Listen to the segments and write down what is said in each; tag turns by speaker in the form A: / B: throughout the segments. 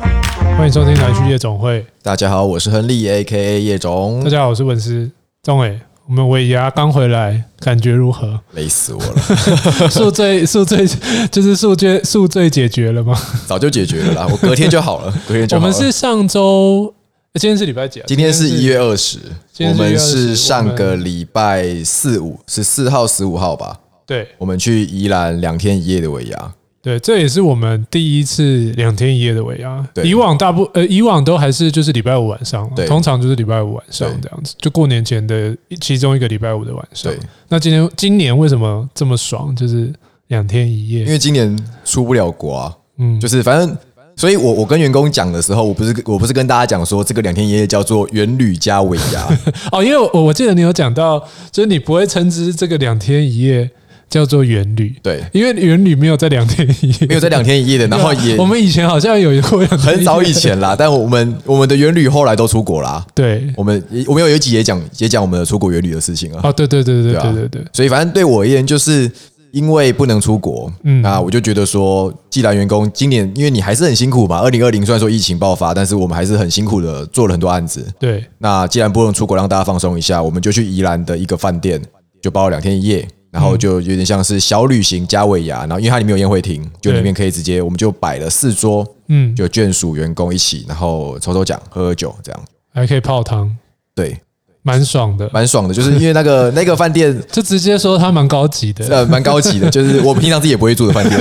A: 欢迎收听南区夜总会。
B: 大家好，我是亨利 A K A 叶
A: 大
B: 总，
A: 家好，我是文思钟伟。我们尾牙刚回来，感觉如何？
B: 累死我了，
A: 宿 醉，宿醉就是宿醉，宿醉解决了吗？
B: 早就解决了啦，我隔天就好了，隔天 就
A: 我
B: 好
A: 们
B: 了。
A: 是上周，呃今天是礼拜几啊？
B: 今天是一月二十，
A: 今
B: 我
A: 天是
B: 们
A: 1月20
B: 是上个礼拜四五十四号十五号吧，
A: 对
B: 我们去宜兰两天一夜的尾牙，
A: 对，这也是我们第一次两天一夜的尾牙。
B: 对
A: 以往大部呃，以往都还是就是礼拜五晚上嘛，
B: 对
A: 通常就是礼拜五晚上
B: 对
A: 这样子，就过年前的一其中一个礼拜五的晚上
B: 对。，
A: 那今天今年为什么这么爽？就是两天一
B: 因
A: 夜，
B: 为今年出不了国啊，
A: 嗯，
B: 就是反正。所以我，我跟员工讲的时候，我不是我不是跟大家讲说这个两天一夜叫做元旅加尾 牙，
A: 哦，因为我我记得你有讲到，就是你不会称之这个两天一夜叫做元旅，
B: 对，
A: 因为元旅没有在两天一夜， 啊
B: 没有在两天一夜的，然后也
A: 我们以前好像有过两天一夜
B: 很早以，前啦，但我们我们的元旅后来都出国啦，
A: 对，
B: 我们我们有一集也讲也讲我们的出国元旅的事情啊，
A: 哦，对对对对
B: 对啊
A: 对对对，
B: 所以反正对我而言，就是因为不能出国，
A: 嗯
B: 嗯啊，我就觉得说，既然员工今年因为你还是很辛苦嘛，二零二零虽然说疫情爆发，但是我们还是很辛苦的做了很多案子。
A: 对，
B: 那既然不能出国，让大家放松一下，我们就去宜兰的一个饭店，就包了两天一夜。然后就有点像是小旅行加尾牙，然后因为它里面有宴会厅，就
A: 对
B: 里面可以直接，我们就摆了四桌，
A: 嗯，
B: 就眷属员工一起，然后抽抽奖、喝喝酒，这样
A: 还可以泡汤，
B: 对，
A: 蛮爽的，
B: 蛮爽的。就是因为那个 那个饭店
A: 就直接说它蛮高级的，
B: 呃，蛮高级的，就是我平常自己也不会住的饭 店，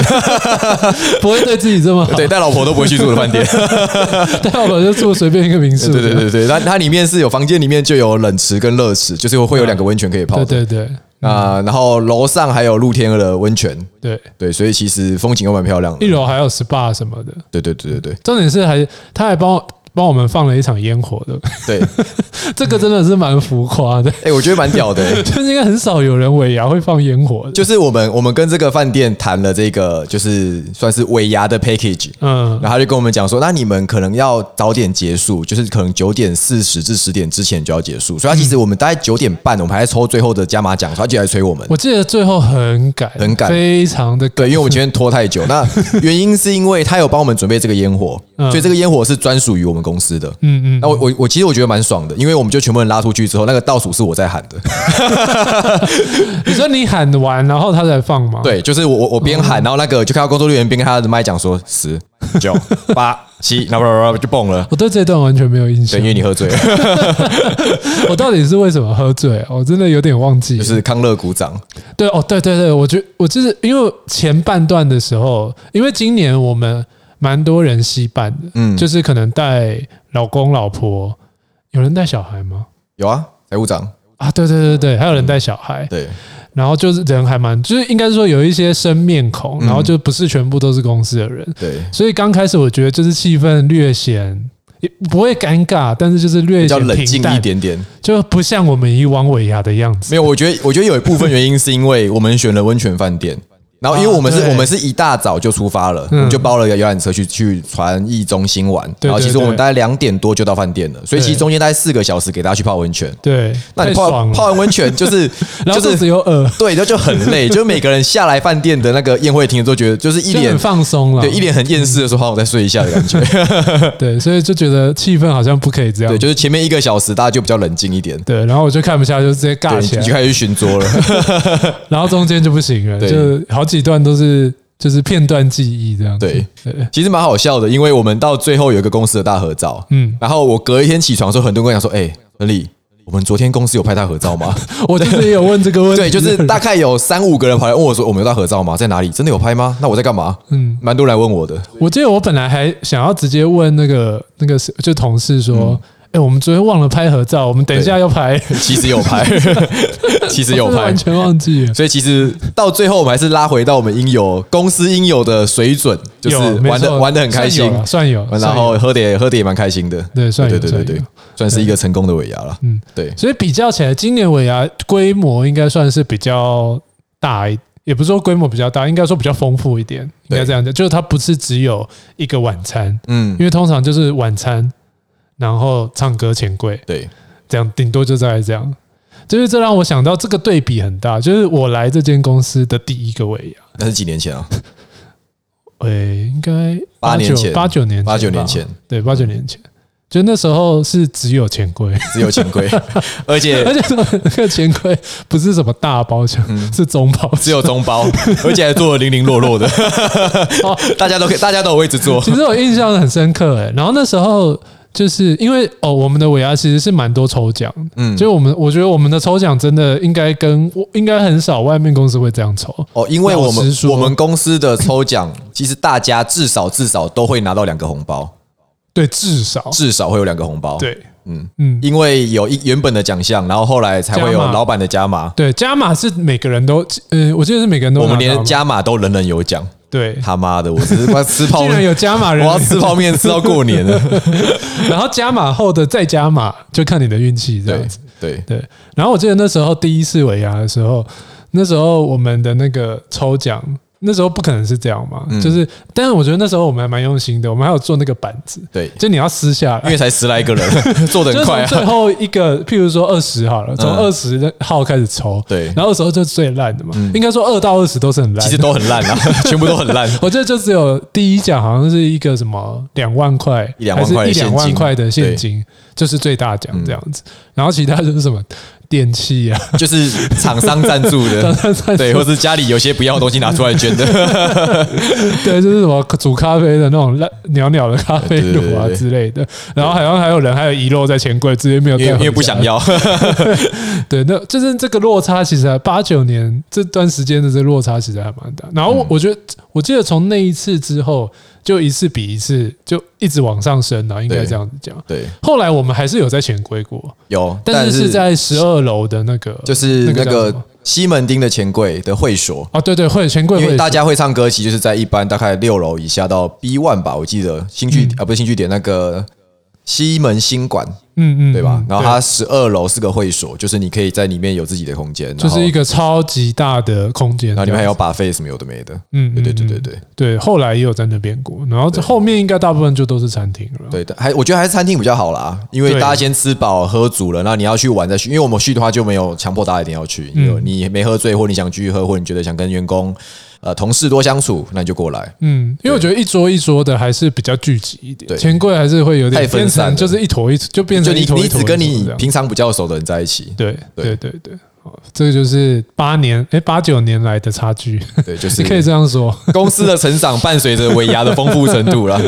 A: 不会对自己这么好，
B: 对，带老婆都不会去住的饭店，
A: 但我们就住随便一个民宿，
B: 对对对对，它它里面是有房间里面就有冷池跟热池，就是会有两个温泉可以泡
A: 对
B: 的，
A: 对对
B: 啊、然后楼上还有露天的温泉，
A: 对，
B: 对，所以其实风景又蛮漂亮
A: 一
B: 的，
A: 楼还有 SPA 什么的，
B: 对对对对对
A: 重点是还他还帮我帮我们放了一场烟火的，
B: 对，
A: 这个真的是蛮浮夸的。
B: 哎、我觉得蛮屌的、欸
A: 就是应该很少有人尾牙会放烟火的。
B: 就是我们我们跟这个饭店谈了这个就是算是尾牙的 package，
A: 嗯，
B: 然后他就跟我们讲说，那你们可能要早点结束，就是可能九点四十至十点之前就要结束。所以他其实我们大概九点半，我们还在抽最后的加码奖，所以他就来催我们。
A: 我记得最后很赶，
B: 很赶
A: 非常的赶。
B: 对，因为我们前面拖太久，那原因是因为他有帮我们准备这个烟火，
A: 嗯
B: 所以这个烟火是专属于我们公司的。
A: 嗯嗯，
B: 那我我我其实我觉得蛮爽的，因为我们就全部人拉出去之后，那个倒数是我在喊的，
A: 你说你喊完，然后他才放吗？，
B: 对，就是我我我边喊，然后那个就看到工作人员边跟他的麦讲说十九八七，然后然后就蹦了，
A: 我对这段完全没有印
B: 对，
A: 象
B: 因。为你喝醉了，
A: 我到底是为什么喝醉啊？我真的有点忘记
B: 就
A: 了。
B: 是康乐鼓掌，
A: 对哦，对对对，我觉我就是因为前半段的时候，因为今年我们蛮多人惜办的，
B: 嗯，
A: 就是可能带老公老婆，有人带小孩吗？
B: 有啊，财务长，
A: 啊，对对对对，还有人带小孩，
B: 对。
A: 然后就是人还蛮，就是应该说有一些生面孔，
B: 嗯
A: 然后就不是全部都是公司的人，
B: 对，
A: 所以刚开始我觉得就是气氛略显。也不会尴尬，但是就是略
B: 比较
A: 显
B: 冷静
A: 平淡
B: 一，点点。
A: 就不像我们以往尾牙的样子。
B: 没有，我觉得我觉得有一部分原因是因为我们选了温泉饭店，然后因为
A: 啊
B: 我们是
A: 对
B: 我们是一大早就出发了，我
A: 嗯
B: 们就包了游览车去去传艺中心玩，
A: 对
B: 然后其
A: 对
B: 实我们
A: 对
B: 大概两点多就到饭店了，所以其实
A: 对
B: 中间大概四个小时给大家去泡温泉。
A: 对，
B: 那
A: 太
B: 你
A: 爽
B: 泡
A: 了。
B: 泡完温泉就是
A: 然后肚
B: 就
A: 子
B: 是。
A: 有饿，
B: 对，就就很 累，就每个人下来饭店的那个宴会厅都觉得就是一
A: 就
B: 脸
A: 很放啊松了。
B: 对一脸很厌世的说好，我再睡一下的感觉。
A: 对，所以就觉得气氛好像不可以这样
B: 对，。就是前面一个小时大家就比较冷静一点，
A: 对，然后我就看不下，就直接尬
B: 对，
A: 起
B: 你就
A: 来。
B: 开始去寻桌了。
A: 然后中间就不行了，
B: 对
A: 就好几段都是就是片段记忆这样子。
B: 对
A: 对，
B: 其实蛮好笑的，因为我们到最后有一个公司的大合照，
A: 嗯，
B: 然后我隔一天起床的时候，很多人跟我讲说：“哎、亨利，我们昨天公司有拍大合照吗
A: 我就是也有问这个？”问题。
B: 对，就是大概有三五个人跑来问我说：“我们有大合照吗？在哪里？真的有拍吗？那我在干嘛？”
A: 嗯
B: 嗯，蛮多人来问我的。
A: 我记得我本来还想要直接问那个那个是就同事说，
B: 嗯
A: 哎、我们昨天忘了拍合照，我们等一下要拍，
B: 其实 有拍，其 实有
A: 我真的
B: 拍
A: 完。全忘记了。
B: 所以其实到最后，我们还是拉回到我们应有公司应有的水准，就是
A: 有没
B: 玩的
A: 错
B: 玩的很开心
A: 算有，啦算有，
B: 然
A: 算有
B: 后喝的也喝的也蛮开心的。
A: 对算有
B: 对对对
A: 算
B: 对
A: 有，
B: 算是一个成功的尾牙了。
A: 嗯
B: 嗯，对，
A: 所以比较起来，今年尾牙规模应该算是比较大一。也不是说规模比较大，应该说比较丰富一点，应
B: 对
A: 该这样讲，就是它不是只有一个晚餐，
B: 嗯
A: 因，为通常就是晚餐，然后唱歌钱柜，
B: 对，
A: 这样顶多就大概这样。就是这让我想到这个对比很大，就是我来这间公司的第一个尾牙，
B: 啊那是几年前啊？
A: 诶，应该
B: 八年
A: 九
B: 前
A: 八九年
B: 八九
A: 吧
B: 年前，
A: 对，八九年前，就那时候是只有钱 柜，
B: 只有钱柜，而且
A: 而且那个钱柜不是什么大包厢，是中包
B: 嗯只
A: 厢。
B: 有中 包，而且还做的零零落落的，大家都可以，大家都有位置坐。
A: 哦其实我印象很深刻诶、然后那时候就是因为哦，我们的尾牙其实是蛮多抽奖，嗯，就我们我觉得我们的抽奖真的应该跟我应该很少外面公司会这样抽，
B: 哦，因为我
A: 老实
B: 们
A: 说
B: 我们公司的抽奖，其实大家至少至少都会拿到两个红包，
A: 对，至少
B: 至少会有两个红包。，
A: 对
B: 嗯
A: 嗯
B: 因为有一原本的奖项，然后后来才会有
A: 加码
B: 老板的加码，
A: 对，加码是每个人都呃，我记得是每个人都
B: 我们
A: 拿到
B: 连
A: 嘛
B: 加码都人人有奖。
A: 对，
B: 他妈的，我只是我要吃泡
A: 竟然有
B: 面，
A: 加码
B: 我
A: 人，
B: 要吃泡面吃到过年了。
A: 然后加码后的再加码，就看你的运气 这
B: 对
A: 样子。
B: 对，
A: 对，然后我记得那时候第一次尾牙的时候，那时候我们的那个抽奖，那时候不可能是这样嘛，
B: 嗯
A: 就是，但是我觉得那时候我们还蛮用心的，我们还有做那个板子，
B: 对
A: 就你要撕下
B: 因
A: 来，
B: 为才十来 个人，做的
A: 就是
B: 很快
A: 从最
B: 啊。
A: 后一个，譬如说二十好了，从
B: 嗯
A: 二十号开始抽，
B: 对嗯
A: 然后二十号就是最烂的嘛，应该说二到二十都是很烂，
B: 其实都很烂啊，全部都很烂。
A: 我记得就只有第一奖好像是一个什么两万块，
B: 一两
A: 还
B: 万
A: 是
B: 块
A: 一
B: 的现金嗯
A: 两万块的现金，就是最大奖这样子。然后其他就是什么电 器啊，
B: 就是厂商赞助的，对，或是家里有些不要的东西拿出来捐 的，
A: 对，就是什么煮咖啡的那种烂袅袅的咖啡
B: 对
A: 炉
B: 对
A: 啊
B: 对对
A: 之类的。然后好像还有人还有遗漏在钱柜，直接没有带
B: 因为因
A: 回家
B: 为不想。 要。
A: 对，那就是这个落差，其实还八九年这段时间的这个落差其实还蛮大。然
B: 嗯
A: 后我我觉得，我记得从那一次之后，就一次比一次就一直往上升啊，应该
B: 对
A: 这样子讲。
B: 对，
A: 后来我们还是有在潜规过，
B: 有，
A: 但是
B: 是
A: 是在十二楼的那个，
B: 就是那
A: 叫什
B: 个
A: 么
B: 西门町的钱柜的会所。
A: 啊，对对，会钱柜
B: 因为
A: 会
B: 大家会唱歌，其实就是在一般大概六楼以下到 B one 吧，我记得新据、
A: 嗯
B: 啊不是新据点那个西门新馆
A: 嗯嗯，
B: 对吧？
A: 嗯
B: 然后它十二楼是个会所，就是你可以在里面有自己的空间，
A: 对就是一
B: 个，
A: 个超级大的空间，
B: 然后里面还
A: 这
B: 有
A: 样子
B: 把费什么有的没的，
A: 嗯，
B: 对对对对
A: 嗯嗯
B: 对
A: 对，后来也有在那边过，然后后面应该大部分就都是餐厅了，
B: 对的，还我觉得还是餐厅比较好啦，因为
A: 对啊
B: 大家先吃饱喝足了，那你要去玩再去，因为我们去的话就没有强迫大家一定要去，有
A: 嗯
B: 你没喝醉或你想继续喝，或你觉得想跟员工呃同事多相处，那你就过来。
A: 嗯，因为我觉得一桌一桌的还是比较聚集一点，
B: 对
A: 钱柜还是会有点
B: 太分
A: 变成
B: 散了
A: 就是一坨一坨就变
B: 就
A: 成
B: 你
A: 一坨
B: 你
A: 一坨一
B: 只
A: 坨
B: 跟
A: 这
B: 你
A: 样
B: 平常比较熟的人在一起，
A: 对对
B: 对
A: 对对，好这个就是八年哎八九年来的差距，
B: 对，就是是
A: 可以这样说，
B: 公司的成长伴随着尾牙的丰富程度啦。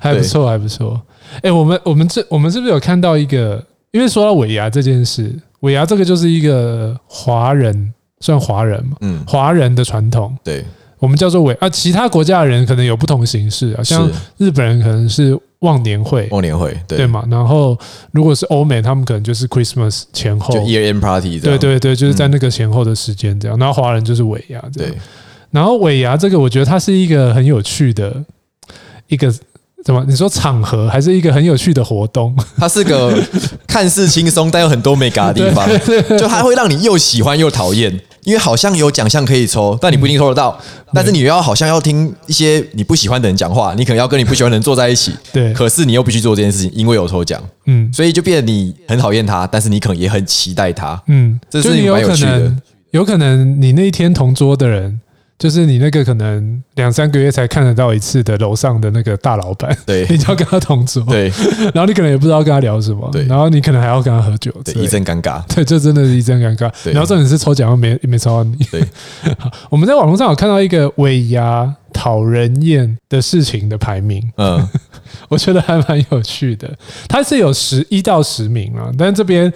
A: 还不错，还不错。哎、我们我们这我们是不是有看到一个？因为说到尾牙这件事，尾牙这个就是一个华人，算华人嘛，
B: 嗯，
A: 华人的传统，
B: 对，
A: 我们叫做尾啊。其他国家的人可能有不同形式啊，像
B: 是
A: 日本人可能是忘年会，
B: 忘年会，
A: 对
B: 对，
A: 嘛？然后如果是欧美，他们可能就是 Christmas 前后
B: 就。year end party 这
A: 对
B: 样。嗯
A: 对对，就是在那个前后的时间这样，然后华人就是尾牙这样
B: 对，，
A: 然后尾牙这个，我觉得它是一个很有趣的一个怎么？你说场合还是一个很有趣的活动？
B: 它是个看似轻松但有很多 mega 的地方，就它会让你又喜欢又讨厌，因为好像有奖项可以抽，但你不一定抽得到。
A: 嗯
B: 但是你要好像要听一些你不喜欢的人讲话，你可能要跟你不喜欢的人坐在一起，
A: 对
B: 可是你又必须做这件事情，因为有抽奖，
A: 嗯
B: 所以就变得你很讨厌他，但是你可能也很期待他。
A: 嗯，
B: 这
A: 就是你有
B: 蛮有
A: 可
B: 趣的
A: 能，有可能你那一天同桌的人，就是你那个可能两三个月才看得到一次的楼上的那个大老板，
B: 对
A: 你就要跟他同桌，，
B: 对
A: 然后你可能也不知道跟他聊什么，
B: 对
A: 然后你可能还要跟他喝酒，
B: 对，一。阵尴尬。
A: 对，就真的是一阵尴尬。
B: 对
A: 然后重点是抽奖又没没抽到你。
B: 对
A: 好，我们在网络上有看到一个尾牙讨人厌的事情的排名，
B: 嗯，
A: 我觉得还蛮有趣的。它是有十一到十名啊，但这边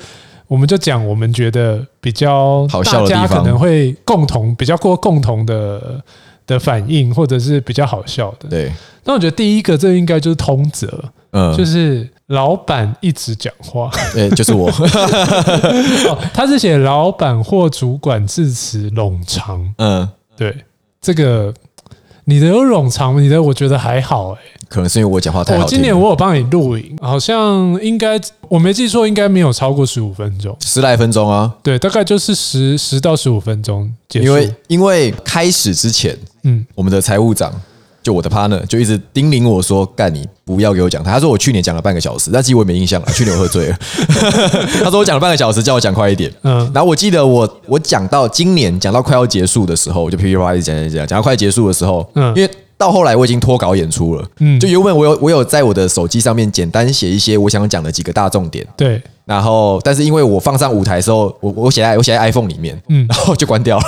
A: 我们就讲我们觉得比较
B: 好笑的地
A: 大
B: 方
A: 家可能会共同比较过共同的的反应，或者是比较好笑的。
B: 对，
A: 那我觉得第一个这应该就是通则，
B: 嗯，
A: 就
B: 就是
A: 老板一直讲话。
B: 就是我，
A: 哦，他是写老板或主管致辞冗长，
B: 嗯，
A: 对这个。你的有冗长，你的我觉得还好哎、
B: 可能是因为我讲话太
A: 我
B: 好听
A: 今
B: 了。
A: 年我有帮你录影，好像应该我没记错，应该没有超过十五分钟。
B: 十来分钟啊，
A: 对，大概就是十十到十五分钟结束。
B: 因为因为开始之前，
A: 嗯，
B: 我们的财务长就我的 partner 就一直叮咛我说：“干你不要给我讲他。”他说我去年讲了半个小时，但其实我也没印象了，去年我喝醉了。 他说我讲了半个小时，叫我讲快一点。
A: 嗯
B: 然后我记得我我讲到今年讲到快要结束的时候，我就噼噼啪啪一直讲讲讲讲到快结束的时候，
A: 嗯
B: 因为。到后来我已经脱稿演出了，
A: 嗯
B: 嗯，就原本我有我有在我的手机上面简单写一些我想讲的几个大重点，
A: 对，
B: 然后但是因为我放上舞台的时候，我我写在我写在 iPhone 里面，
A: 嗯
B: 嗯，然后就关掉了，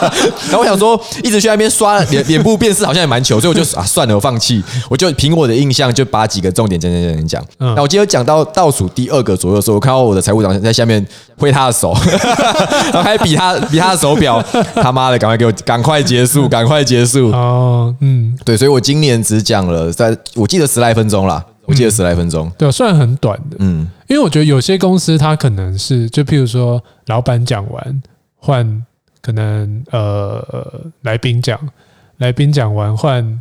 B: 然后我想说一直去那边刷脸脸部辨识好像也蛮糗，所以我就啊算了，我放弃，我就凭我的印象就把几个重点讲讲讲讲讲，
A: 嗯
B: 那我记得讲到倒数第二个左右的时候，我看到我的财务长在下面挥他的手， 然后还比他比他的手表，他妈的赶快给我赶快结束，赶快结束，
A: 哦，嗯，
B: 对，所以我今年只讲了，在我记得十来分钟啦，我记得十来分钟。
A: 对，算很短的，
B: 嗯，
A: 因为我觉得有些公司它可能是，就譬如说老板讲完换可能呃呃来宾讲，来宾讲完换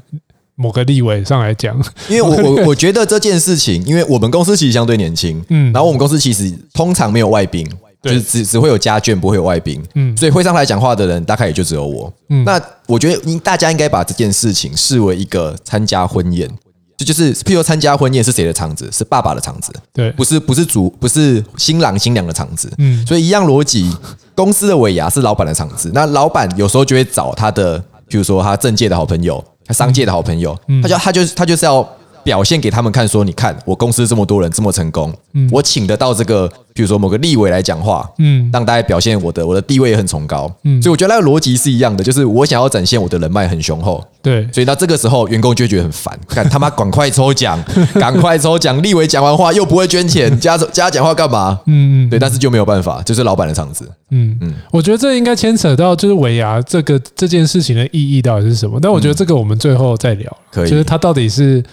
A: 某个立委上来讲，
B: 因为我我我觉得这件事情，因为我们公司其实相对年轻，
A: 嗯
B: 嗯，然后我们公司其实通常没有外宾，就
A: 对
B: 是只只会有家眷，不会有外宾，
A: 嗯
B: 嗯，所以会上台讲话的人大概也就只有我。
A: 嗯
B: 那我觉得应大家应该把这件事情视为一个参加婚宴，这就是譬如说参加婚宴是谁的场子，是爸爸的场子，
A: 对，
B: 不是不是主不是新郎新娘的场子，
A: 嗯
B: 所以一样逻辑，公司的尾牙是老板的场子，那老板有时候就会找他的，比如说他政界的好朋友，他商界的好朋友，他就他就他就是要表现给他们看，说你看我公司这么多人这么成功，我请得到这个，比如说某个立委来讲话，
A: 嗯
B: 让大家表现我的我的地位也很崇高，所以我觉得那个逻辑是一样的，就是我想要展现我的人脉很雄厚，
A: 嗯对，
B: 所以到这个时候，员工就会觉得很烦，看他妈赶快抽奖，赶快抽奖！立委讲完话又不会捐钱，加加讲话干嘛？
A: 嗯嗯
B: 对，但是就没有办法，就是老板的场子。
A: 嗯嗯，我觉得这应该牵扯到就是尾牙这个这件事情的意义到底是什么，但我觉得这个我们最后再聊，
B: 嗯可以
A: 就是它到底是。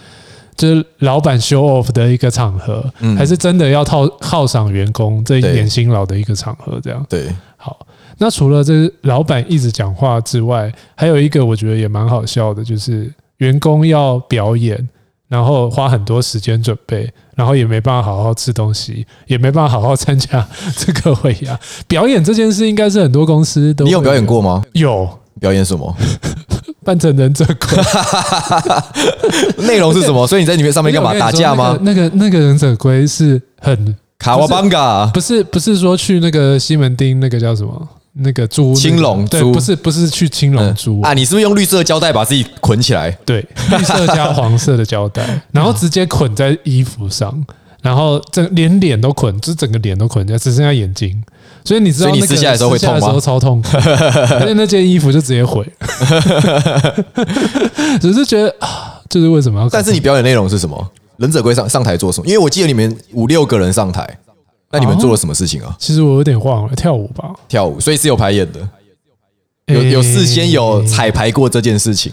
A: 就是老板 show off 的一个场合，还是真的要犒犒赏员工这一
B: 嗯对
A: 年辛劳的一个场合？这样，
B: 对，
A: 好，那除了这老板一直讲话之外，还有一个我觉得也蛮好笑的，就是员工要表演，然后花很多时间准备，然后也没办法好好吃东西，也没办法好好参加这个会呀。表演这件事应该是很多公司都
B: 你有
A: 会
B: 表演？过吗？
A: 有。
B: 表演什么？
A: 扮成忍者龟，
B: 内容是什么？所以你在里面上面干嘛？
A: 因为我
B: 打
A: 跟你
B: 架
A: 说
B: 吗？
A: 那个那个那个忍者龟是很
B: 卡哇邦嘎，
A: 不是不是说去那个西门町那个叫什么那个猪那个
B: 青龙
A: 对，
B: 猪
A: 不是不是去青龙猪
B: 啊！你是不是用绿色胶带把自己捆起来？
A: 对，绿色加 黄色的胶
B: 嗯
A: 带，然后直接捆在衣服上，然后整连脸都捆，就整个脸都捆在，只剩下眼睛。所以你知道
B: 所以
A: 那
B: 你
A: 个
B: 撕下来的时候会痛吗
A: 撕下来的时候超痛苦， 而且那件衣服就直接毁。 只是觉得啊，就是为什么要搞这
B: 但
A: 样？
B: 是你表演内容是什么？忍者龟上上台做什么？因为我记得你们五六个人上台，那你们做了什么事情啊？
A: 其实我有点忘了跳舞吧，
B: 跳舞，所以是有排演的，有有
A: 诶
B: 事先有彩排过这件事情。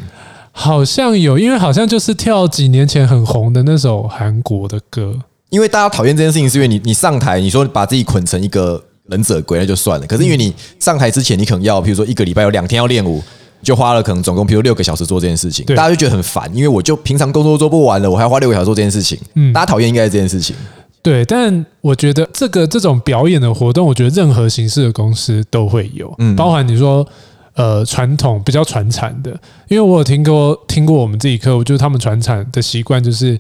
A: 好像有，因为好像就是跳几年前很红的那首韩国的歌，
B: 因为大家讨厌这件事情，是因为你你上台，你说把自己捆成一个忍者龟，那就算了。可是因为你上台之前，你可能要，比如说一个礼拜有两天要练舞，就花了可能总共，比如六个小时做这件事情，
A: 对
B: 大家就觉得很烦，因为我就平常工作都做不完了，我还要花六个小时做这件事情，
A: 嗯
B: 大家讨厌应该是这件事情，
A: 对，但我觉得这个这种表演的活动，我觉得任何形式的公司都会有，
B: 嗯
A: 包含你说呃传统比较传产的，因为我有听过听过我们这一课，我就是他们传产的习惯就是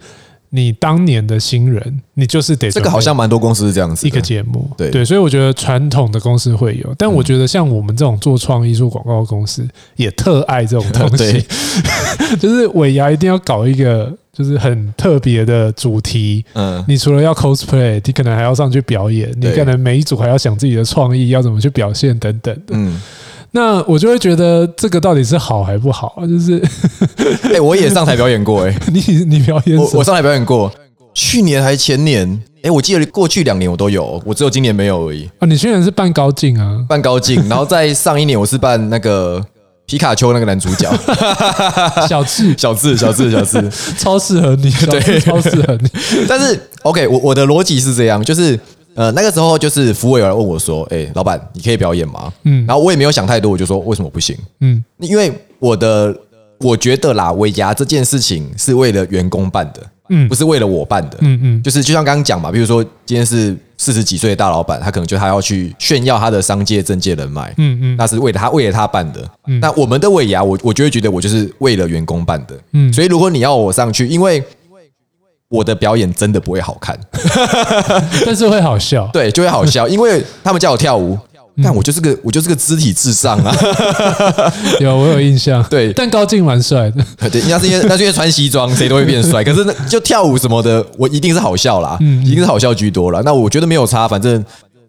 A: 你当年的新人，你就是得
B: 这
A: 准备
B: 个好像蛮多公司是这样子
A: 一个
B: 的。
A: 节目，
B: 对嗯
A: 所以我觉得传统的公司会有，但我觉得像我们这种做创意、做广告的公司也特爱 这种东西， 就是尾牙一定要搞一个就是很特别的主题，
B: 嗯，
A: 你除了要 cosplay，你可能还要上去表演，你
B: 对
A: 可能每一组还要想自己的创意要怎么去表现等等的。
B: 嗯，
A: 那我就会觉得这个到底是好还不好？啊就是
B: 哎、我也上台表演过、 欸，哎，
A: 你你表演
B: 我
A: 什
B: 我
A: 么？
B: 上台表演过，去年还前年，哎、我记得过去两年我都有，我只有今年没有而已。
A: 啊，你去年是扮高进 啊，
B: 扮高进，然后在上一年我是扮那个皮卡丘那个男主角，
A: 小智
B: 小智，小智，小 智。
A: 超适合你，小智
B: 对
A: 超适合你。
B: 但是 OK，我我的逻辑是这样，就是呃那个时候就是服务员来问我说：“哎、老板，你可以表演吗？”
A: 嗯
B: 嗯，然后我也没有想太多，我就说：“为什么不行？
A: 嗯
B: 因为我的我觉得啦，尾牙这件事情是为了员工办的，
A: 嗯
B: 不是为了我办的。
A: 嗯嗯
B: 就是就像刚刚讲嘛，比如说今天是四十几岁的大老板，他可能就他要去炫耀他的商界、政界人脉，
A: 嗯嗯
B: 那是为了他为了他办的。那我们的尾牙，我我就会觉得我就是为了员工办的。
A: 嗯
B: 所以如果你要我上去，因为我的表演真的不会好看，
A: 但是会好笑。
B: 对，就会好笑，因为他们叫我跳舞，
A: 嗯
B: 但我就是个我就是个肢体智障啊！
A: 有我有印象，
B: 对
A: 但高进蛮帅的，
B: 对，那是因为那是因为穿西装，谁都会变 帅。可是那就跳舞什么的，我一定是好笑啦，
A: 嗯
B: 一定是好笑居多啦。那我觉得没有差，反正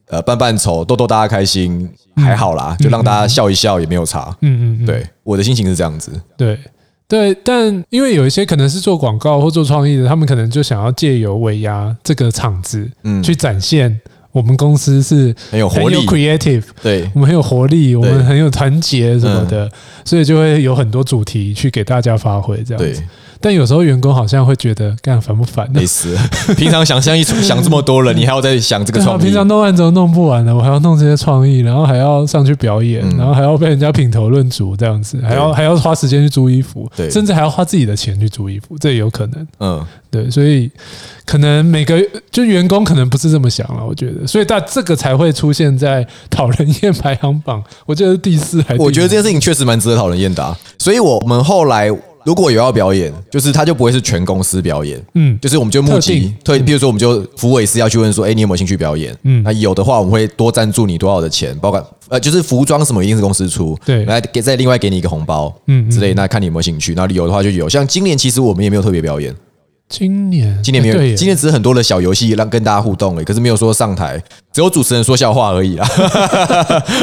B: 呃扮扮丑，逗逗大家开心还好啦，就让大家笑一笑也没有差。
A: 嗯嗯嗯嗯，
B: 对，我的心情是这样子。
A: 对对，但因为有一些可能是做广告或做创意的，他们可能就想要借由尾牙这个场子，
B: 嗯
A: 去展现我们公司是
B: 很有活
A: 很有
B: 力
A: creative，
B: 对嗯
A: 我们很有活力，我们很有团结什么的，所以就会有很多主题去给大家发挥这样
B: 对
A: 子。，但有时候员工好像会觉得，干烦不烦的
B: 类？似。 平常想象一想这么多人，你还要再想这个
A: 干
B: 创
A: 啊平
B: 意。
A: 常弄案子都弄不完了，我还要弄这些创意，然后还要上去表演，
B: 嗯
A: 然后还要被人家品头论足这样子，还要还要花时间去租衣服，
B: 对
A: 甚至还要花自己的钱去租衣服，这也有可能。
B: 嗯，
A: 对，所以可能每个就员工可能不是这么想啊了，我觉得，所以大这个才会出现在讨人厌排行榜，我记得是第四还是第五
B: 我觉得这件事情确实蛮值得讨人厌的、啊。所以我们后来如果有要表演，就是他就不会是全公司表演，
A: 嗯
B: 就是我们就募
A: 特
B: 集
A: 定，
B: 对，比如说我们就福委是要去问说，哎，你有没有兴趣表演？
A: 嗯
B: 那有的话，我们会多赞助你多少的钱，包括呃，就是服装什么一定是公司出，
A: 对
B: 来给再另外给你一个红包，
A: 嗯嗯
B: 嗯之类，那看你有没有兴趣。然后有的话就有，像今年其实我们也没有特别表演，
A: 今年
B: 今年没
A: 哎对耶
B: 有，今年只是很多的小游戏让跟大家互动而已，可是没有说上台，只有主持人说笑话而已啦。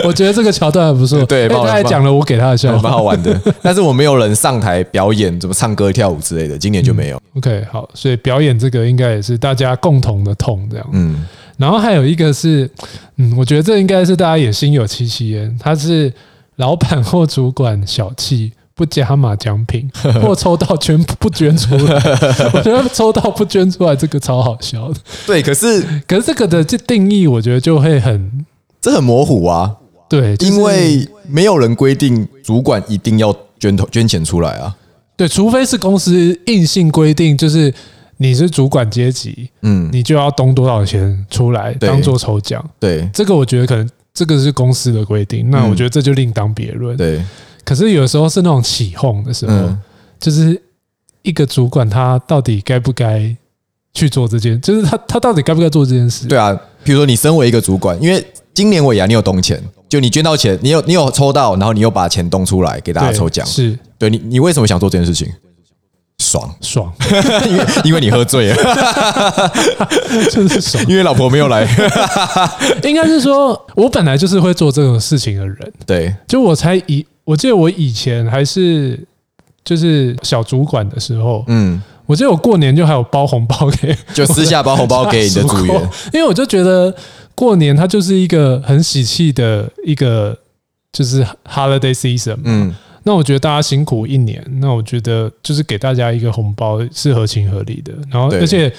A: 我觉得这个桥段还不错，
B: 对
A: 哎
B: 蛮好
A: 他还
B: 蛮好
A: 讲了我给他的笑
B: 蛮
A: 话。
B: 好玩 的。但是我没有人上台表演，怎么唱歌、跳舞之类的，今年就没有。
A: OK，好，所以表演这个应该也是大家共同的痛这样。
B: 嗯，
A: 然后还有一个是，嗯，我觉得这应该是大家也心有戚戚焉，他是老板或主管小气。不加码奖 品，或抽到全部不捐出来，我觉得抽到不捐出来这个超好笑的。
B: 对，可是
A: 可是这个的这定义，我觉得就会很
B: 这很模糊啊，
A: 对，就是
B: 因为没有人规定主管一定要捐头捐钱出来啊。
A: 对，除非是公司硬性规定，就是你是主管阶级，
B: 嗯，
A: 你就要东多少钱出来
B: 对
A: 当做抽奖。
B: 对
A: 这个我觉得可能这个是公司的规定，那
B: 嗯
A: 我觉得这就另当别论。
B: 对，
A: 可是有时候是那种起哄的时候，
B: 嗯，
A: 就是一个主管他到底该不该去做这件，就是他他到底该不该做这件事？
B: 对啊。比如说你身为一个主管，因为今年尾牙你有动钱，就你捐到钱，你有你有抽到，然后你又把钱动出来给大
A: 对，
B: 家抽奖。
A: 是
B: 对你，你为什么想做这件事情？爽，
A: 爽，
B: 因为因为你喝醉了，
A: 就是爽。
B: 因为老婆没有来。
A: 应该是说，我本来就是会做这种事情的人，
B: 对，
A: 就我才以我记得我以前还是。就是小主管的时候，
B: 嗯，
A: 我记得我过年就还有包红包给
B: 就私下包红包给你的 组员。，
A: 因为我就觉得过年它就是一个很喜气的一个就是 holiday season 嘛。
B: 嗯，
A: 那我觉得大家辛苦一年，那我觉得就是给大家一个红包是合情合理的。然后
B: 对
A: 而且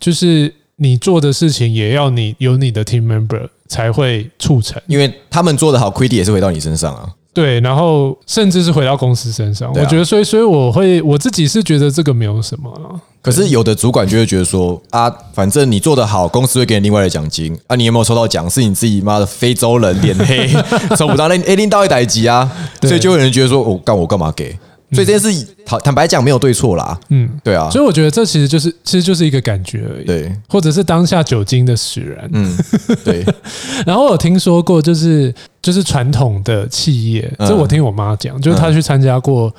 A: 就是你做的事情也要你有你的 team member 才会促成。
B: 因为他们做的好，credit 也是回到你身上啊。
A: 对，然后甚至是回到公司身上，
B: 对啊
A: 我觉得，所以，所以我会我自己是觉得这个没有什么啦。
B: 可是有的主管就会觉得说啊，反正你做的好，公司会给你另外的奖金啊。你有没有抽到奖，是你自己妈的非洲人脸 黑抽不到，那一定到一逮级啊。
A: 对
B: 所以就有人觉得说，我、干我干嘛给？所以这件事坦坦白讲没有对错啦。
A: 嗯，
B: 对啊，
A: 所以我觉得这其实就是，其实就是一个感觉而已，
B: 对，
A: 或者是当下酒精的使然。
B: 嗯， 对，
A: 然后我有听说过，就是就是传统的企业，
B: 嗯
A: 这我听我妈讲，就是她去参加过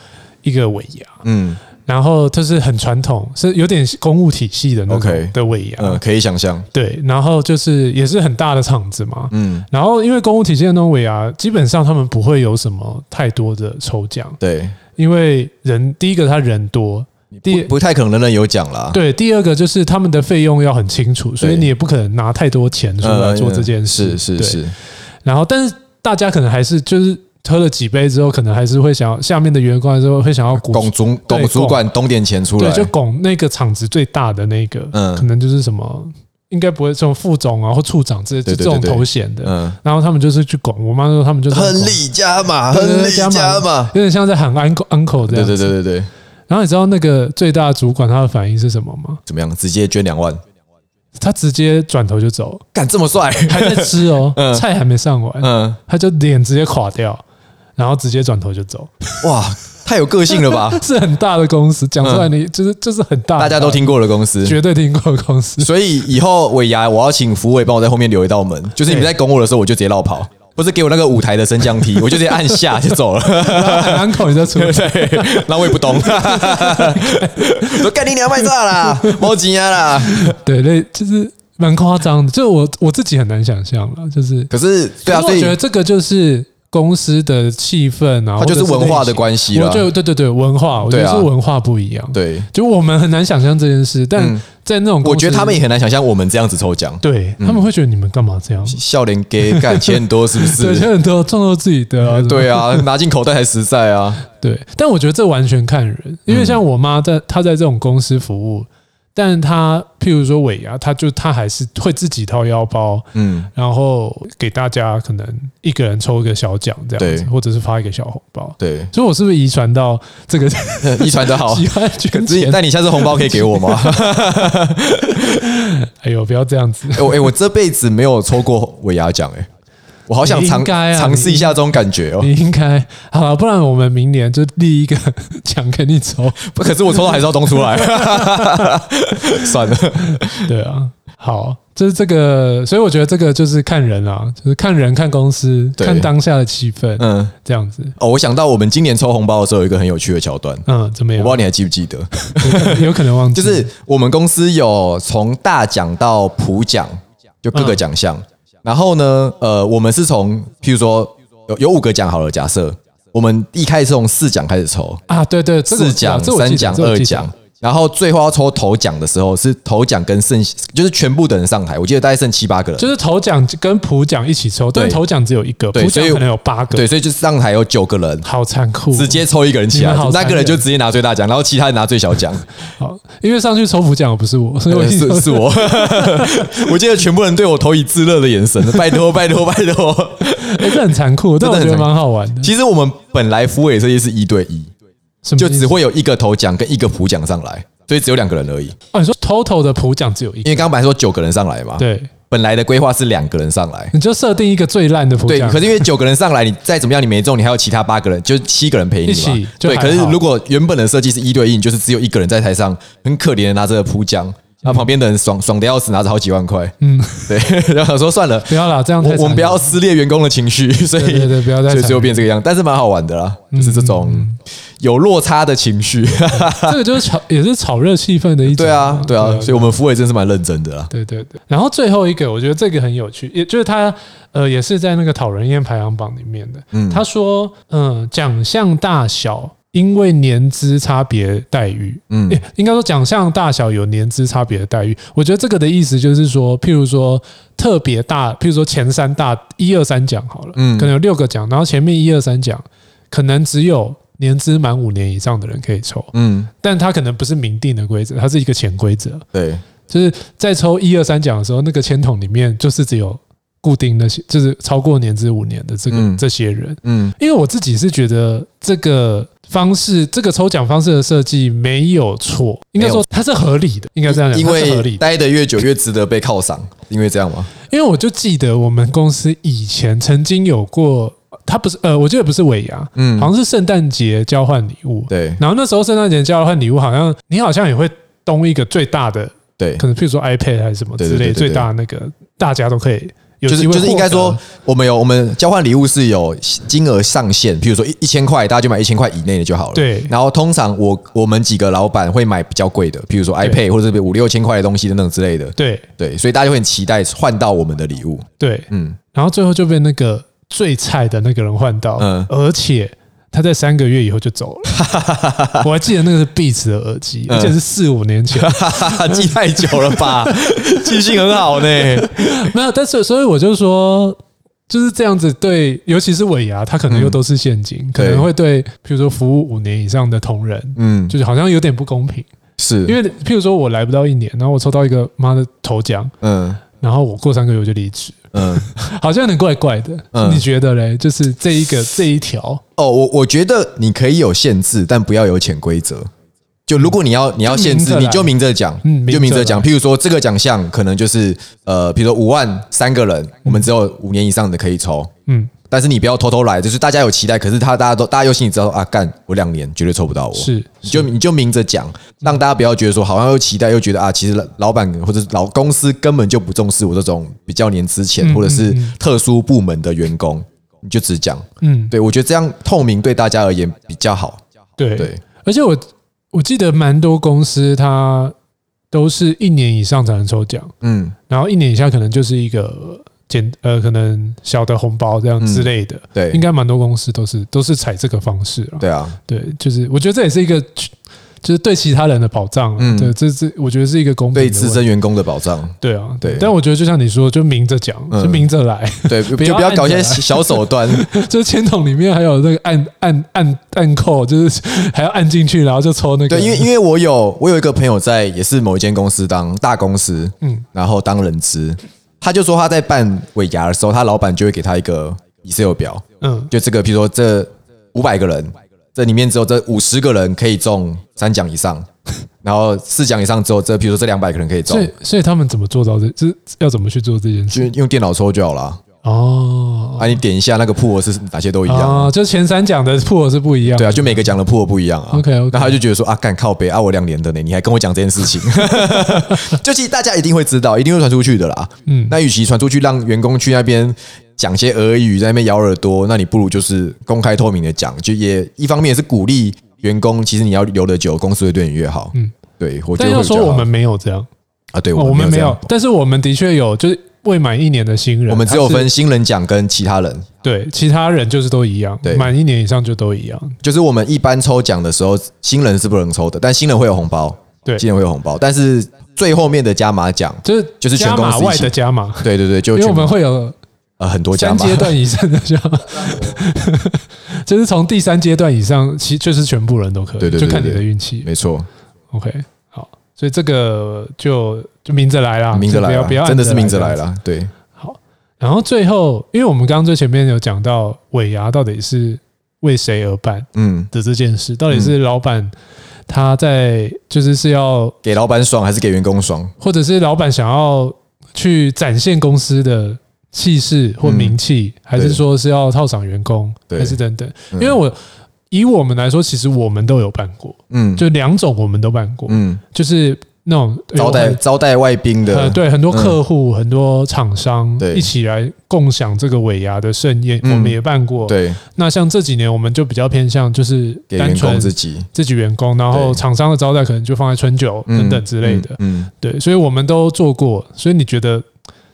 A: 一个尾牙，
B: 嗯
A: 然后就是很传统，是有点公务体系的那种
B: OK
A: 的尾牙，
B: 嗯，可以想象，
A: 对，然后就是也是很大的场子嘛。
B: 嗯，
A: 然后，因为公务体系的那种尾牙，基本上他们不会有什么太多的抽奖，
B: 对，
A: 因为人第一个他人多，第
B: 不不太可能人人有奖啦。
A: 对，第二个就是他们的费用要很清楚，所以
B: 啊对
A: 你也不可能拿太多钱出来
B: 呃，
A: 做这件事。
B: 是是
A: 对
B: 是，
A: 然后，但是大家可能还是就是喝了几杯之后，可能还是会想要下面的员工还是会想要鼓
B: 拱主
A: 对
B: 拱主管东点钱出
A: 对，
B: 来，
A: 就拱那个场子最大的那个，
B: 嗯
A: 可能就是什么应该不会这种副总啊或处长之类
B: 对
A: 这
B: 对对
A: 种
B: 对
A: 头衔的。
B: 嗯。
A: 然后他们就是去拱，我妈说他们就是
B: 亨
A: 拱
B: 利加码，
A: 对对
B: 亨
A: 对
B: 利加码。
A: 有点像在喊 uncle uncle 这
B: 对
A: 样子。
B: 对对对对，
A: 然后你知道那个最大的主管他的反应是什么吗？
B: 怎么样？直接捐两万，
A: 他直接转头就走，
B: 干这么帅？
A: 还在吃哦，
B: 嗯
A: 菜还没上完，
B: 嗯，
A: 他就脸直接垮掉，然后直接转头就走。！
B: 哇，太有个性了吧
A: 是很大的公司，讲出来你就是就是很大，
B: 嗯大家都，听过的公司，
A: 绝对听过的 公司。
B: 所以以后尾牙我要请福伟帮我在后面留一道门，就是你们在拱我的时候，我就直接绕跑。或者给我那个舞台的升降梯，我就直接按下就走了。
A: 喊安口你再出来，
B: 对，那我也不懂，我说干你娘卖炸啦，毛巾啊啦。
A: 对，那就是蛮夸张的，就我我自己很难想象了，就是
B: 可是对啊，
A: 可
B: 所
A: 是我
B: 以
A: 觉得这个就是公司的气氛啊，
B: 它就是
A: 或者
B: 文化的
A: 类型
B: 关系了
A: 我。就对对对，文化，我觉
B: 对
A: 得
B: 啊
A: 是文化不一样。，
B: 对，
A: 就我们很难想象这件事，但
B: 嗯
A: 在那种公司
B: 我觉得他们也很难嗯想象我们这样子抽奖，
A: 对他们会觉得你们干嘛这样？
B: 笑脸给感钱很多是不
A: 对，
B: 是？
A: 钱很多，撞到自己的 啊。
B: 对啊，拿进口袋才实在啊。
A: 对，但我觉得这完全看人，因
B: 嗯
A: 为像我妈在她在这种公司服务，但她譬如说尾牙，她就她还是会自己掏腰包，
B: 嗯，
A: 然后给大家可能一个人抽一个小奖这样子，
B: 对
A: 或者是发一个小红包。
B: 对，
A: 所以我是不是遗传到这个喜
B: 遗传的好。
A: 欢捐
B: 所以
A: 钱？
B: 哦但你下次红包可以给我 吗？
A: 哎呦，不要这样子！
B: 哎我哎，我这辈子没有抽过尾牙奖哎，我好想
A: 你
B: 尝
A: 应该啊
B: 尝试一下这种感觉哦。
A: 你应该好了，不然我们明年就立一个 奖给你抽。
B: 不可是我抽到还是要东出 来，算了。
A: 对啊，好，就是这个，所以我觉得这个就是看人啊，就是看人、看公司、
B: 对
A: 看当下的气氛，
B: 嗯，
A: 这样子。
B: 哦，我想到我们今年抽红包的时候有一个很有趣的桥段，我
A: 嗯，怎么
B: 不
A: 样
B: 知？道你还记不记得？
A: 有可能忘记，
B: 就是我们公司有从大奖到普奖，就各个奖项。然后呢，呃，我们是从譬如说有有五个奖好了，假设我们一开始是从四奖开始抽，
A: 啊，对对，这个我
B: 四
A: 知道
B: 奖、
A: 这我
B: 三
A: 记得
B: 奖、
A: 这我
B: 二
A: 记得
B: 奖，然后最后要抽头奖的时候是头奖跟剩就是全部的人上台，我记得大概剩七八个人
A: 就。是头奖跟普奖一起抽，但
B: 对
A: 头奖只有一个，
B: 对
A: 普
B: 所
A: 奖
B: 以
A: 可能有八个，
B: 对，所以就上台有九个人，
A: 好残酷，
B: 直接抽一个人起来
A: 哦你们好，
B: 那
A: 残
B: 个人
A: 忍
B: 就直接拿最大奖，然后其他人拿最小奖。
A: 好，因为上去抽普奖的不是我，所以我
B: 呃
A: 一直
B: 是 是我，我记得全部人对我投以炙热的眼神，拜托拜托拜托。
A: 哎这很残酷，但我
B: 真
A: 觉得
B: 的很残酷
A: 蛮好玩的，
B: 其实我们本来服委设计是一对一，
A: 什么
B: 就
A: 意思
B: 只会有一个头奖跟一个普奖上来，所以只有两个人而已。
A: 哦，你说 total 的普奖只有一
B: 因
A: 个，
B: 为刚刚本来说九个人上来嘛，，
A: 对，
B: 本来的规划是两个人上来，
A: 你就设定一个最烂的普
B: 对。
A: 奖，
B: 可是因为九个人上来，你再怎么样你没中，你还有其他八个人，就是七个人陪你
A: 一起
B: 嘛。
A: 就
B: 对，
A: 还
B: 可是
A: 好
B: 如果原本的设计是一对一，你就是只有一个人在台上，很可怜的拿着普奖，那旁边的人爽爽的要死，拿着好几万块。
A: 嗯，
B: 对， 然后想说算了，
A: 不要啦，这样太
B: 我我
A: 残
B: 们不
A: 忍
B: 要撕裂员工的情绪， 所以
A: 对对对不要再嗯
B: 所以
A: 残
B: 最后
A: 忍
B: 变这个样，但是蛮好玩的啦，就是这种有落差的情绪。
A: 这个就是炒，也是炒热气氛的一种。
B: 对啊，对啊，所以我
A: 们
B: 们福伟真是蛮认真的啦。
A: 对对对。然后最后一个，我觉得这个很有趣，也就是他呃，也是在那个讨人厌排行榜里面的。
B: 嗯
A: 他说，嗯、奖项大小因为年资差别待遇，
B: 嗯
A: 诶应该说奖项大小有年资差别的待遇。我觉得这个的意思就是说，譬如说特别大，譬如说前三大一二三奖好了，
B: 嗯
A: 可能有六个奖，然后前面一二三奖可能只有年资满五年以上的人可以抽。
B: 嗯，
A: 但它可能不是明定的规则，它是一个潜规则，
B: 对，
A: 就是在抽一二三奖的时候，那个签筒里面就是只有固定那些，就是超过年资五年的这个、
B: 嗯
A: 这些人。
B: 嗯
A: 因为我自己是觉得这个方式，这个抽奖方式的设计没有错，应该
B: 没
A: 说它是合理的，应该这样讲，
B: 因
A: 它是合
B: 为
A: 理的。
B: 待得越久越值得被犒赏，因为这样嘛。
A: 因为我就记得我们公司以前曾经有过，它不是呃，我记得不是尾牙，
B: 嗯
A: 好像是圣诞节交换礼物。
B: 对
A: 然后那时候圣诞节交换礼物，好像你好像也会东一个最大的
B: 对，
A: 可能譬如说 iPad 还是什么
B: 对
A: 之
B: 对
A: 类，
B: 对对
A: 最大的那个大家都可以有
B: 就是
A: 机会获
B: 就
A: 得，啊
B: 是应该说，我们有我们交换礼物是有金额上限，比如说一一千块，大家就买一千块以内的就好了。
A: 对
B: 然后通常我我们几个老板会买比较贵的，比如说 iPad 或者是五六千块的东西等等之类的。
A: 对
B: 对，所以大家就会很期待换到我们的礼物。
A: 对，
B: 嗯，
A: 然后最后就被那个最菜的那个人换到，
B: 嗯
A: 而且。他在三个月以后就走了， 我还记得那个是 Beats 的耳机，
B: 嗯
A: 而且是四五年前，
B: 哈哈哈，记太久了 吧？记性很好呢。
A: 没有。但是所以我就说，就是这样子对，尤其是尾牙，他可能
B: 嗯
A: 又都是现金，可能会对，比如说服务五年以上的同仁，
B: 嗯，
A: 就是好像有点不公平。
B: 是，
A: 因为譬如说我来不到一年，然后我抽到一个妈的头奖，
B: 嗯
A: 然后我过三个月我就离职，
B: 嗯，
A: 好像有点怪怪的，
B: 嗯
A: 你觉得嘞？就是这一个这一条，
B: 哦，我我觉得你可以有限制，但不要有潜规则。就如果你要你要限
A: 嗯明着
B: 制，
A: 来
B: 你就明着讲，
A: 嗯
B: 就明着讲。
A: 明
B: 譬如说这个奖项可能就是呃，比如说五万三个人，我们只有五年以上的可以抽。
A: 嗯，
B: 但是你不要偷偷来，就是大家有期待，可是他大家都大家又心里知道说啊，干我两年绝对抽不到我，
A: 是
B: 你就你就明着讲，让大家不要觉得说好像又期待又觉得啊，其实老老板或者是老公司根本就不重视我这种比较年资
A: 嗯
B: 浅或者是特殊部门的员工，你就只讲，
A: 嗯，
B: 对我觉得这样透明对大家而言比较好，
A: 对
B: 对，
A: 而且我我记得蛮多公司它都是一年以上才能抽奖，
B: 嗯，
A: 然后一年以下可能就是一个简呃可能小的红包这样之类的，
B: 嗯对
A: 应，该蛮多公司都是都是采这个方式了。
B: 对啊，
A: 对，就是我觉得这也是一个就是对其他人的保障啊。
B: 嗯
A: 对，这这我觉得是一个公平的
B: 对资
A: 问
B: 深员工的保障，
A: 对啊，
B: 对
A: 但我觉得就像你说，就明着讲，
B: 嗯
A: 就明着来，
B: 对，就不要搞一些
A: 啊
B: 小手段，
A: 就是签筒里面还有那个按按按按扣，就是还要按进去，然后就抽那个。
B: 对，因为因为我有我有一个朋友在也是某一间公司当大公司，
A: 嗯
B: 嗯，然后当人资，他就说他在办尾牙的时候，他老板就会给他一个 Excel 表，
A: 嗯
B: 就这个，譬如说这五百个人，这里面只有这五十个人可以中三奖以上，然后四奖以上只有这，譬如说这两百个人可以中
A: 所，以所以他们怎么做到这？这要怎么去做这件事？
B: 就用电脑抽就好了。
A: 哦
B: 啊，你点一下那个 pool 是哪些都一样。
A: 啊，就前三讲的破是不一样。
B: 对啊，就每个奖的 pool 不一样啊。
A: OK，OK
B: 那他就觉得说啊，干靠背啊，我两年的呢，你还跟我讲这件事情， 就其实大家一定会知道，一定会传出去的啦。
A: 嗯
B: 那与其传出去让员工去那边讲些俄语，在那边咬耳朵，那你不如就是公开透明的讲，就也一方面也是鼓励员工，其实你要留得久，公司会对你越好。
A: 嗯
B: 嗯，对，我觉
A: 但
B: 得
A: 要
B: 会比较
A: 说我
B: 好
A: 们没有这样，
B: 啊，对
A: 哦，我
B: 们
A: 们没
B: 这样
A: 有，，但是我们的确有，就是未满一年的新人，
B: 我们只
A: 他
B: 有
A: 啊是
B: 分新人奖跟其他人。
A: 对其他人就是都一样，
B: 对
A: 满一年以上就都一样。
B: 就是我们一般抽奖的时候，新人是不能抽的，但新人会有红包，
A: 对
B: 新人会有红包，但是最后面的加码奖，
A: 就是
B: 就是全
A: 加
B: 公司
A: 码
B: 一起
A: 外的加码，
B: 对对对，就
A: 因为我
B: 全
A: 们会有
B: 呃很多加
A: 三
B: 码，
A: 阶段以上的加 码，就是从第三阶段以上，其实就是全部人都可以，
B: 对对对
A: 就看你
B: 对
A: 的运气。
B: 没错，
A: OK，好，所以这个就就明着来啦，
B: 明着来
A: 就
B: 了
A: 不要不要，
B: 真的是明
A: 啊
B: 着
A: 这
B: 来
A: 样子
B: 了，对，
A: 好，然后最后，因为我们刚刚最前面有讲到尾牙到底是为谁而办
B: 嗯，
A: 的这件事，到底是老板他在就是是要，
B: 给老板爽还是给员工爽？
A: 或者是老板想要去展现公司的气势或名气，还是说是要犒赏员工，
B: 嗯对
A: 还是等等？因
B: 嗯
A: 为我以我们来说，其实我们都有办过，
B: 嗯，
A: 就两种我们都办过，
B: 嗯，
A: 就是那种
B: 招待招待外宾
A: 呃，
B: 的，嗯
A: 对，很多客户、很多厂商
B: 对
A: 一起来共享这个尾牙的盛宴，我
B: 嗯
A: 们也办过。，
B: 对，
A: 那像这几年，我们就比较偏向就是
B: 给
A: 单
B: 员
A: 纯
B: 工自己
A: 自己员工，然后
B: 对
A: 厂商的招待可能就放在春酒
B: 嗯
A: 等等之类的。
B: 嗯，嗯
A: 对，所以我们都做过。所以你觉得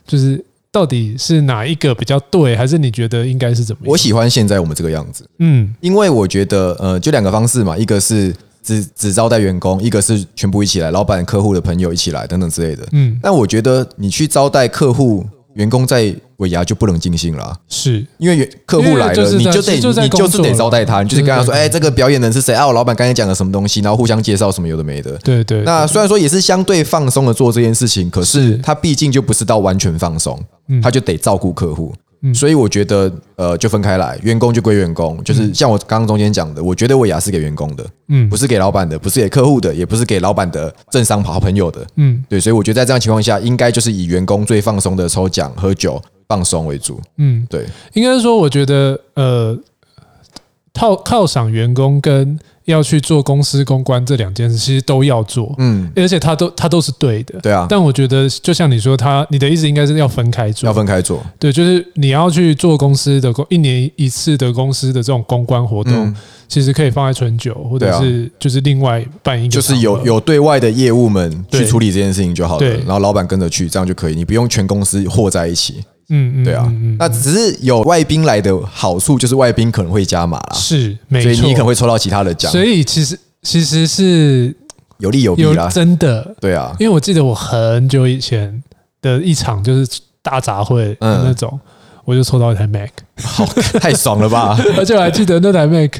A: 就是到底是哪一个比较对，还是你觉得应该是怎么样？
B: 我喜欢现在我们这个样子，
A: 嗯
B: 因为我觉得，呃，就两个方式嘛，一个是只只招待员工，一个是全部一起来，老板、客户的朋友一起来等等之类的。
A: 嗯
B: 但我觉得你去招待客户，员工在尾牙就不能尽兴了啊、
A: 是
B: 因为员客户
A: 嗯因
B: 来
A: 为就
B: 了，
A: 是
B: 你
A: 在
B: 就得
A: 就在
B: 你
A: 工
B: 就是
A: 作
B: 得
A: 了
B: 招待他，你就是跟他说，
A: 对对对
B: 哎，这个表演人是谁啊？我老板刚才讲了什么东西，然后互相介绍什么有的没的。
A: 对对
B: 那虽然说也是相对放松的做这件事情，可
A: 是
B: 是他毕竟就不是到完全放松
A: 嗯，
B: 他就得照顾客户
A: 嗯。
B: 所以我觉得，呃，就分开来，员工就归员工，就是像我刚刚中间讲的，我觉得我雅是给员工的，
A: 嗯
B: 不是给老板的，不是给客户的，也不是给老板的政商好朋友的。
A: 嗯
B: 对，所以我觉得在这样情况下，应该就是以员工最放松的抽奖、喝酒、放松为主。
A: 嗯，
B: 对，
A: 应该说，我觉得呃，犒犒赏员工跟要去做公司公关这两件事，其实都要做，
B: 嗯，
A: 而且它都它都是对的。
B: 对啊，
A: 但我觉得，就像你说，他你的意思应该是要分开做，
B: 要分开做。
A: 对，就是你要去做公司的公一年一次的公司的这种公关活动，
B: 嗯，
A: 其实可以放在春酒，或者
B: 对啊
A: 是就是另外办一个，
B: 就是有有对外的业务们去处理这件事情就好了
A: 对，
B: 然后老板跟着去，这样就可以，你不用全公司和在一起。
A: 嗯嗯
B: 对啊
A: 嗯嗯，
B: 那只是有外宾来的好处就是外宾可能会加码啦，
A: 是没
B: 所
A: 错，
B: 以你可能会抽到其他的奖
A: 所，以其实其实是
B: 有利有弊
A: 有
B: 啦。
A: 真的
B: 对啊，
A: 因为我记得我很久以前的一场就是大杂烩的
B: 嗯
A: 那种，我就抽到一台 Mac，
B: 太爽了吧？
A: 而且我还记得那台 Mac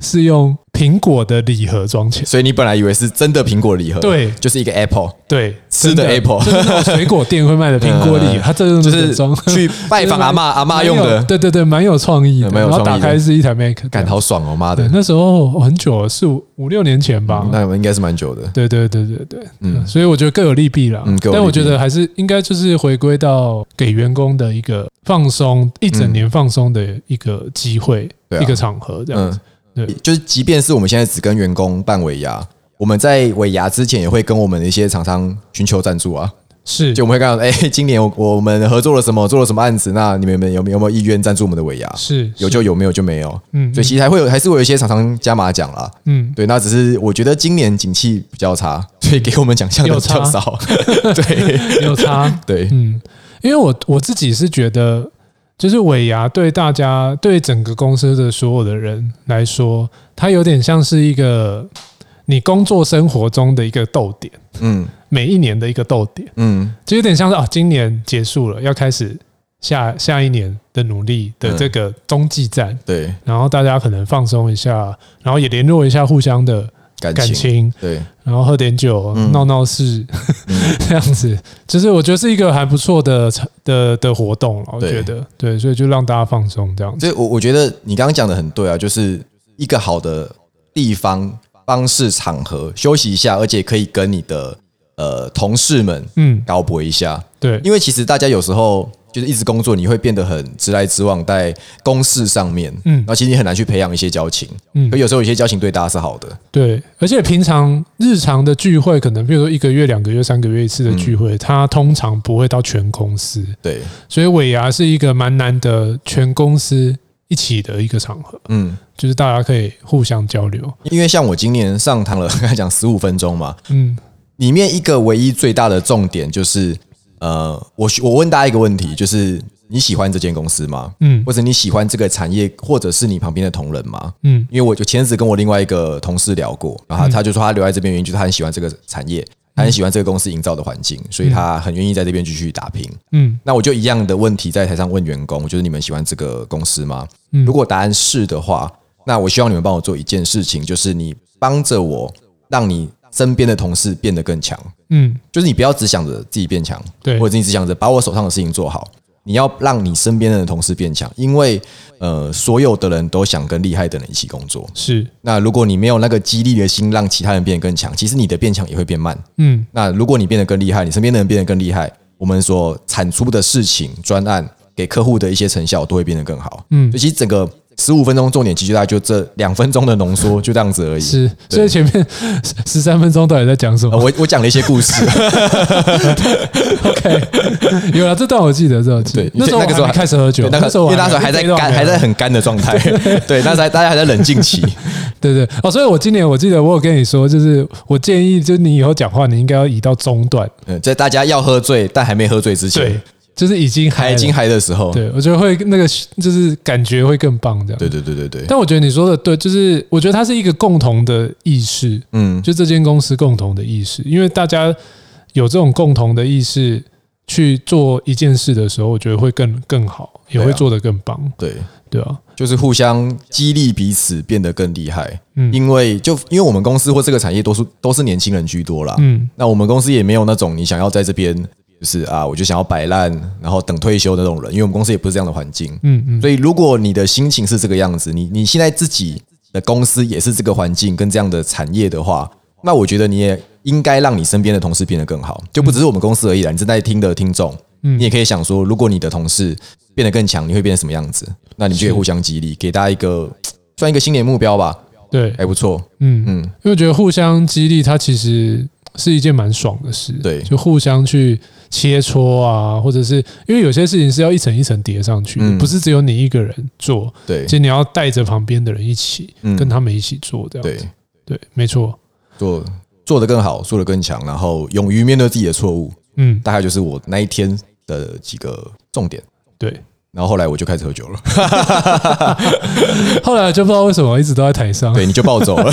A: 是用苹果的礼盒装钱。
B: 所以你本来以为是真的苹果礼盒，
A: 对
B: 就是一个 Apple，
A: 对，
B: 吃
A: 真
B: 的 Apple
A: 就是那种水果店会卖的苹果礼盒，
B: 嗯
A: 它真的
B: 就是
A: 装。
B: 去 拜访阿嬷阿嬷用
A: 蛮
B: 的
A: 有，对对对，蛮有创意的。
B: 蛮有
A: 然后
B: 创
A: 打
B: 意的
A: 开是一台 Mac，
B: 感
A: 对
B: 好爽哦，妈的
A: 对，，那时候很久了，是五五六年前吧。
B: 那我们应该是蛮久的。
A: 对对对对对，
B: 嗯
A: 嗯，所以我觉得各有利弊啦。
B: 嗯各有利弊
A: 但我觉得还是应该就是回归到给员工的一个放松，一整年放松的一个机会，
B: 对啊嗯
A: 一个场合这样子。对
B: 就是即便是我们现在只跟员工办尾牙，我们在尾牙之前也会跟我们的一些厂商寻求赞助啊。
A: 是
B: 就我们会跟他说，哎、 今年我我们合作了什么，做了什么案子，那你们有没有有没有有没有意愿赞助我们的尾牙？
A: 是
B: 有
A: 是
B: 就有，没有就没有。
A: 嗯
B: 所以其实还会有，还是会有一些厂商加码奖啦。
A: 嗯，
B: 对，那只是我觉得今年景气比较差，所以给我们奖项的
A: 有
B: 比
A: 差
B: 较 少。对
A: 有差。
B: 对，
A: 嗯，因为我我自己是觉得，就是尾牙对大家对整个公司的所有的人来说，它有点像是一个你工作生活中的一个逗点，
B: 嗯
A: 每一年的一个逗点。
B: 嗯
A: 就有点像是啊，今年结束了，要开始下下一年的努力的这个中继站，
B: 对，
A: 然后大家可能放松一下，然后也联络一下互相的
B: 感情
A: 感情，
B: 对，
A: 然后喝点酒、
B: 嗯
A: 闹闹事， 这样子，就是我觉得是一个还不错的的的活动了，我
B: 对
A: 觉得对，所以就让大家放松这样子，
B: 所以我我觉得你刚刚讲的很对啊，就是一个好的地方、方式、场合休息一下，而且可以跟你的呃同事们
A: 嗯，
B: 高博一下，
A: 对，
B: 因为其实大家有时候就是一直工作，你会变得很直来直往在公事上面，
A: 嗯
B: 然后其实你很难去培养一些交情，
A: 嗯
B: 可有时候有些交情对大家是好的，
A: 对，而且平常日常的聚会，可能比如说一个月、两个月、三个月一次的
B: 嗯
A: 聚会，它通常不会到全公司，
B: 对，
A: 所以尾牙是一个蛮难得全公司一起的一个场合，
B: 嗯。
A: 就是大家可以互相交流。
B: 因为像我今年上堂了， 刚才讲十五分钟嘛，
A: 嗯
B: 里面一个唯一最大的重点就是，呃，我我问大家一个问题，就是你喜欢这间公司吗？
A: 嗯
B: 或者你喜欢这个产业，或者是你旁边的同仁吗？
A: 嗯
B: 因为我就前阵子跟我另外一个同事聊过，然后他他就说他留在这边原因就是他很喜欢这个产业，
A: 嗯
B: 他很喜欢这个公司营造的环境，所以他很愿意在这边继续打拼。
A: 嗯
B: 那我就一样的问题在台上问员工，就是你们喜欢这个公司吗？
A: 嗯
B: 如果答案是的话，那我希望你们帮我做一件事情，就是你帮着我，让你身边的同事变得更强。
A: 嗯，
B: 就是你不要只想着自己变强，
A: 对
B: 或者你只想着把我手上的事情做好，你要让你身边的同事变强，因为呃，所有的人都想跟厉害的人一起工作。
A: 是，
B: 那如果你没有那个激励的心，让其他人变得更强，其实你的变强也会变慢。
A: 嗯
B: 那如果你变得更厉害，你身边的人变得更厉害，我们所产出的事情、专案给客户的一些成效都会变得更好。
A: 嗯
B: 所以其实整个十五分钟重点，其实大概就这两分钟的浓缩，就这样子而已。
A: 是。所以前面十三分钟到底在讲什
B: 呃，
A: 么
B: 我我讲了一些 故事，
A: ？OK，有 了这段我记得，这段我记得
B: 对，
A: 那时候
B: 那个时候
A: 我还没开始喝酒，
B: 对那个
A: 时候
B: 因
A: 我
B: 为那时候还在干，
A: 啊
B: 还在，很干的状 态，对，那时候还大家还在冷静期，
A: 对对哦，所以我今年我记得我有跟你说，就是我建议，就是你以后讲话你应该要移到中段，
B: 嗯，在大家要喝醉但还没喝醉之前，，
A: 就是已经
B: 还
A: 嗨
B: 已
A: 了，
B: 经嗨的时候，
A: 对我觉得会那个就是感觉会更棒这样。
B: 对对对对对，
A: 但我觉得你说的对，就是我觉得它是一个共同的意识，
B: 嗯，
A: 就这间公司共同的意识，因为大家有这种共同的意识去做一件事的时候，我觉得会更更好，也
B: 对啊
A: 会做得更棒，
B: 对，
A: 对啊，
B: 就是互相激励彼此变得更厉害，
A: 嗯
B: 因为就因为我们公司或这个产业都是都是年轻人居多啦，
A: 嗯
B: 那我们公司也没有那种你想要在这边就是啊，我就想要摆烂，然后等退休的那种人，因为我们公司也不是这样的环境，
A: 嗯嗯，
B: 所以，如果你的心情是这个样子，你你现在自己的公司也是这个环境跟这样的产业的话，那我觉得你也应该让你身边的同事变得更好，就不只是我们公司而已啦。你正在听的听众，
A: 嗯
B: 你也可以想说，如果你的同事变得更强，你会变成什么样子？那你们就可以互相激励，给大家一个算一个新年目标吧，
A: 对，
B: 还不错。
A: 嗯嗯，
B: 嗯，
A: 因为我觉得互相激励，它其实是一件蛮爽的事，
B: 对
A: 就互相去切磋啊，或者是因为有些事情是要一层一层叠上去的，
B: 嗯
A: 不是只有你一个人做，
B: 对
A: 其实你要带着旁边的人一起，
B: 嗯
A: 跟他们一起做这样
B: 对
A: 子，，对，没错，
B: 做做得更好，做得更强，然后勇于面对自己的错误，
A: 嗯，
B: 大概就是我那一天的几个重点。
A: 对。
B: 然后后来我就开始喝酒了。
A: 后来就不知道为什么一直都在台上，
B: 对，你就暴 走了。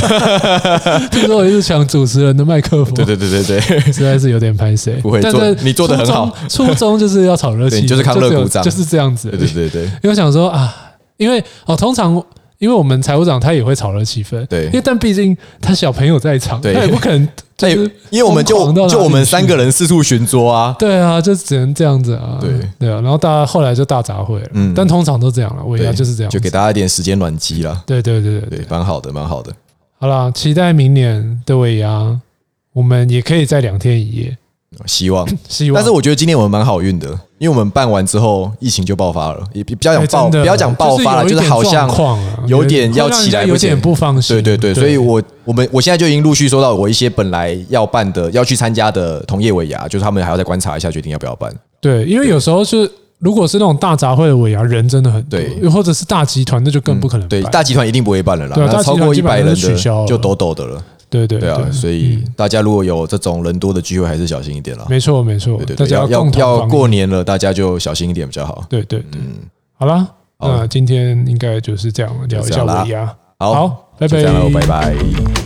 A: 听说我一直抢主持人的麦克风，
B: 对对对对对，
A: 实在是有点拍谁。
B: 不会
A: 但
B: 做
A: 是
B: 你做得很好
A: 初衷，初衷就是要炒热
B: 对
A: 气，
B: 你就是康乐
A: 只有
B: 鼓 掌
A: 就是这样子。
B: 对对对对，
A: 因为我想说啊，因为哦，通常因为我们财务长他也会炒热气氛，
B: 对
A: 因为但毕竟他小朋友在场，他
B: 对
A: 也不 可能就
B: 对
A: 是，
B: 哎因为我们
A: 疯狂到
B: 就
A: 哪里
B: 就我们
A: 去
B: 三个人四处寻桌啊，
A: 对啊，就只能这样子啊，
B: 对
A: 对啊，然后大家后来就大杂烩了，
B: 嗯
A: 但通常都这样了，尾牙
B: 对，
A: 就是这样，
B: 就给大家一点时间暖机啦。
A: 对对对对
B: 对
A: 啊对，，啊
B: 蛮好的，蛮好的。
A: 好啦，期待明年的尾牙，我们也可以再两天一夜，
B: 希望，
A: 希望。
B: 但是我觉得今年我们蛮好运的，因为我们办完之后疫情就爆发了，也比不要讲爆，
A: 哎真的
B: 不要讲爆发了，
A: 就有一
B: 就是
A: 点
B: 是好像
A: 状况啊
B: 有点要起来
A: 会让人家有
B: 不前
A: 点不放心。
B: 对对对，所以我我们我现在就已经陆续收到我一些本来要办的、要去参加的同业尾牙，就是他们还要再观察一下，决定要不要办。
A: 对，因为有时候是如果是那种大杂烩的尾牙，人真的很多，
B: 对嗯
A: 又或者是大集团，那就更不可能
B: 对，
A: 办
B: 大集团一定不会办了啦，
A: 对啊
B: 那
A: 大集
B: 超
A: 团
B: 过
A: 基
B: 一
A: 本
B: 百
A: 上
B: 人的
A: 都取消了
B: 就抖抖的了。
A: 对对
B: 对啊，所以
A: 嗯
B: 大家如果有这种人多的聚会，还是小心一点啦。
A: 没错没错
B: 对，对
A: 大
B: 对，
A: 家
B: 要要
A: 共同
B: 要
A: 防疫
B: 过。年了，大家就小心一点比较好。
A: 对对对，
B: 嗯，
A: 好啦，
B: 好
A: 那今天应该就是这样了聊一
B: 就这
A: 下
B: 样啦
A: 尾牙。
B: 好，
A: 好拜
B: 就这样
A: 拜
B: 咯拜拜。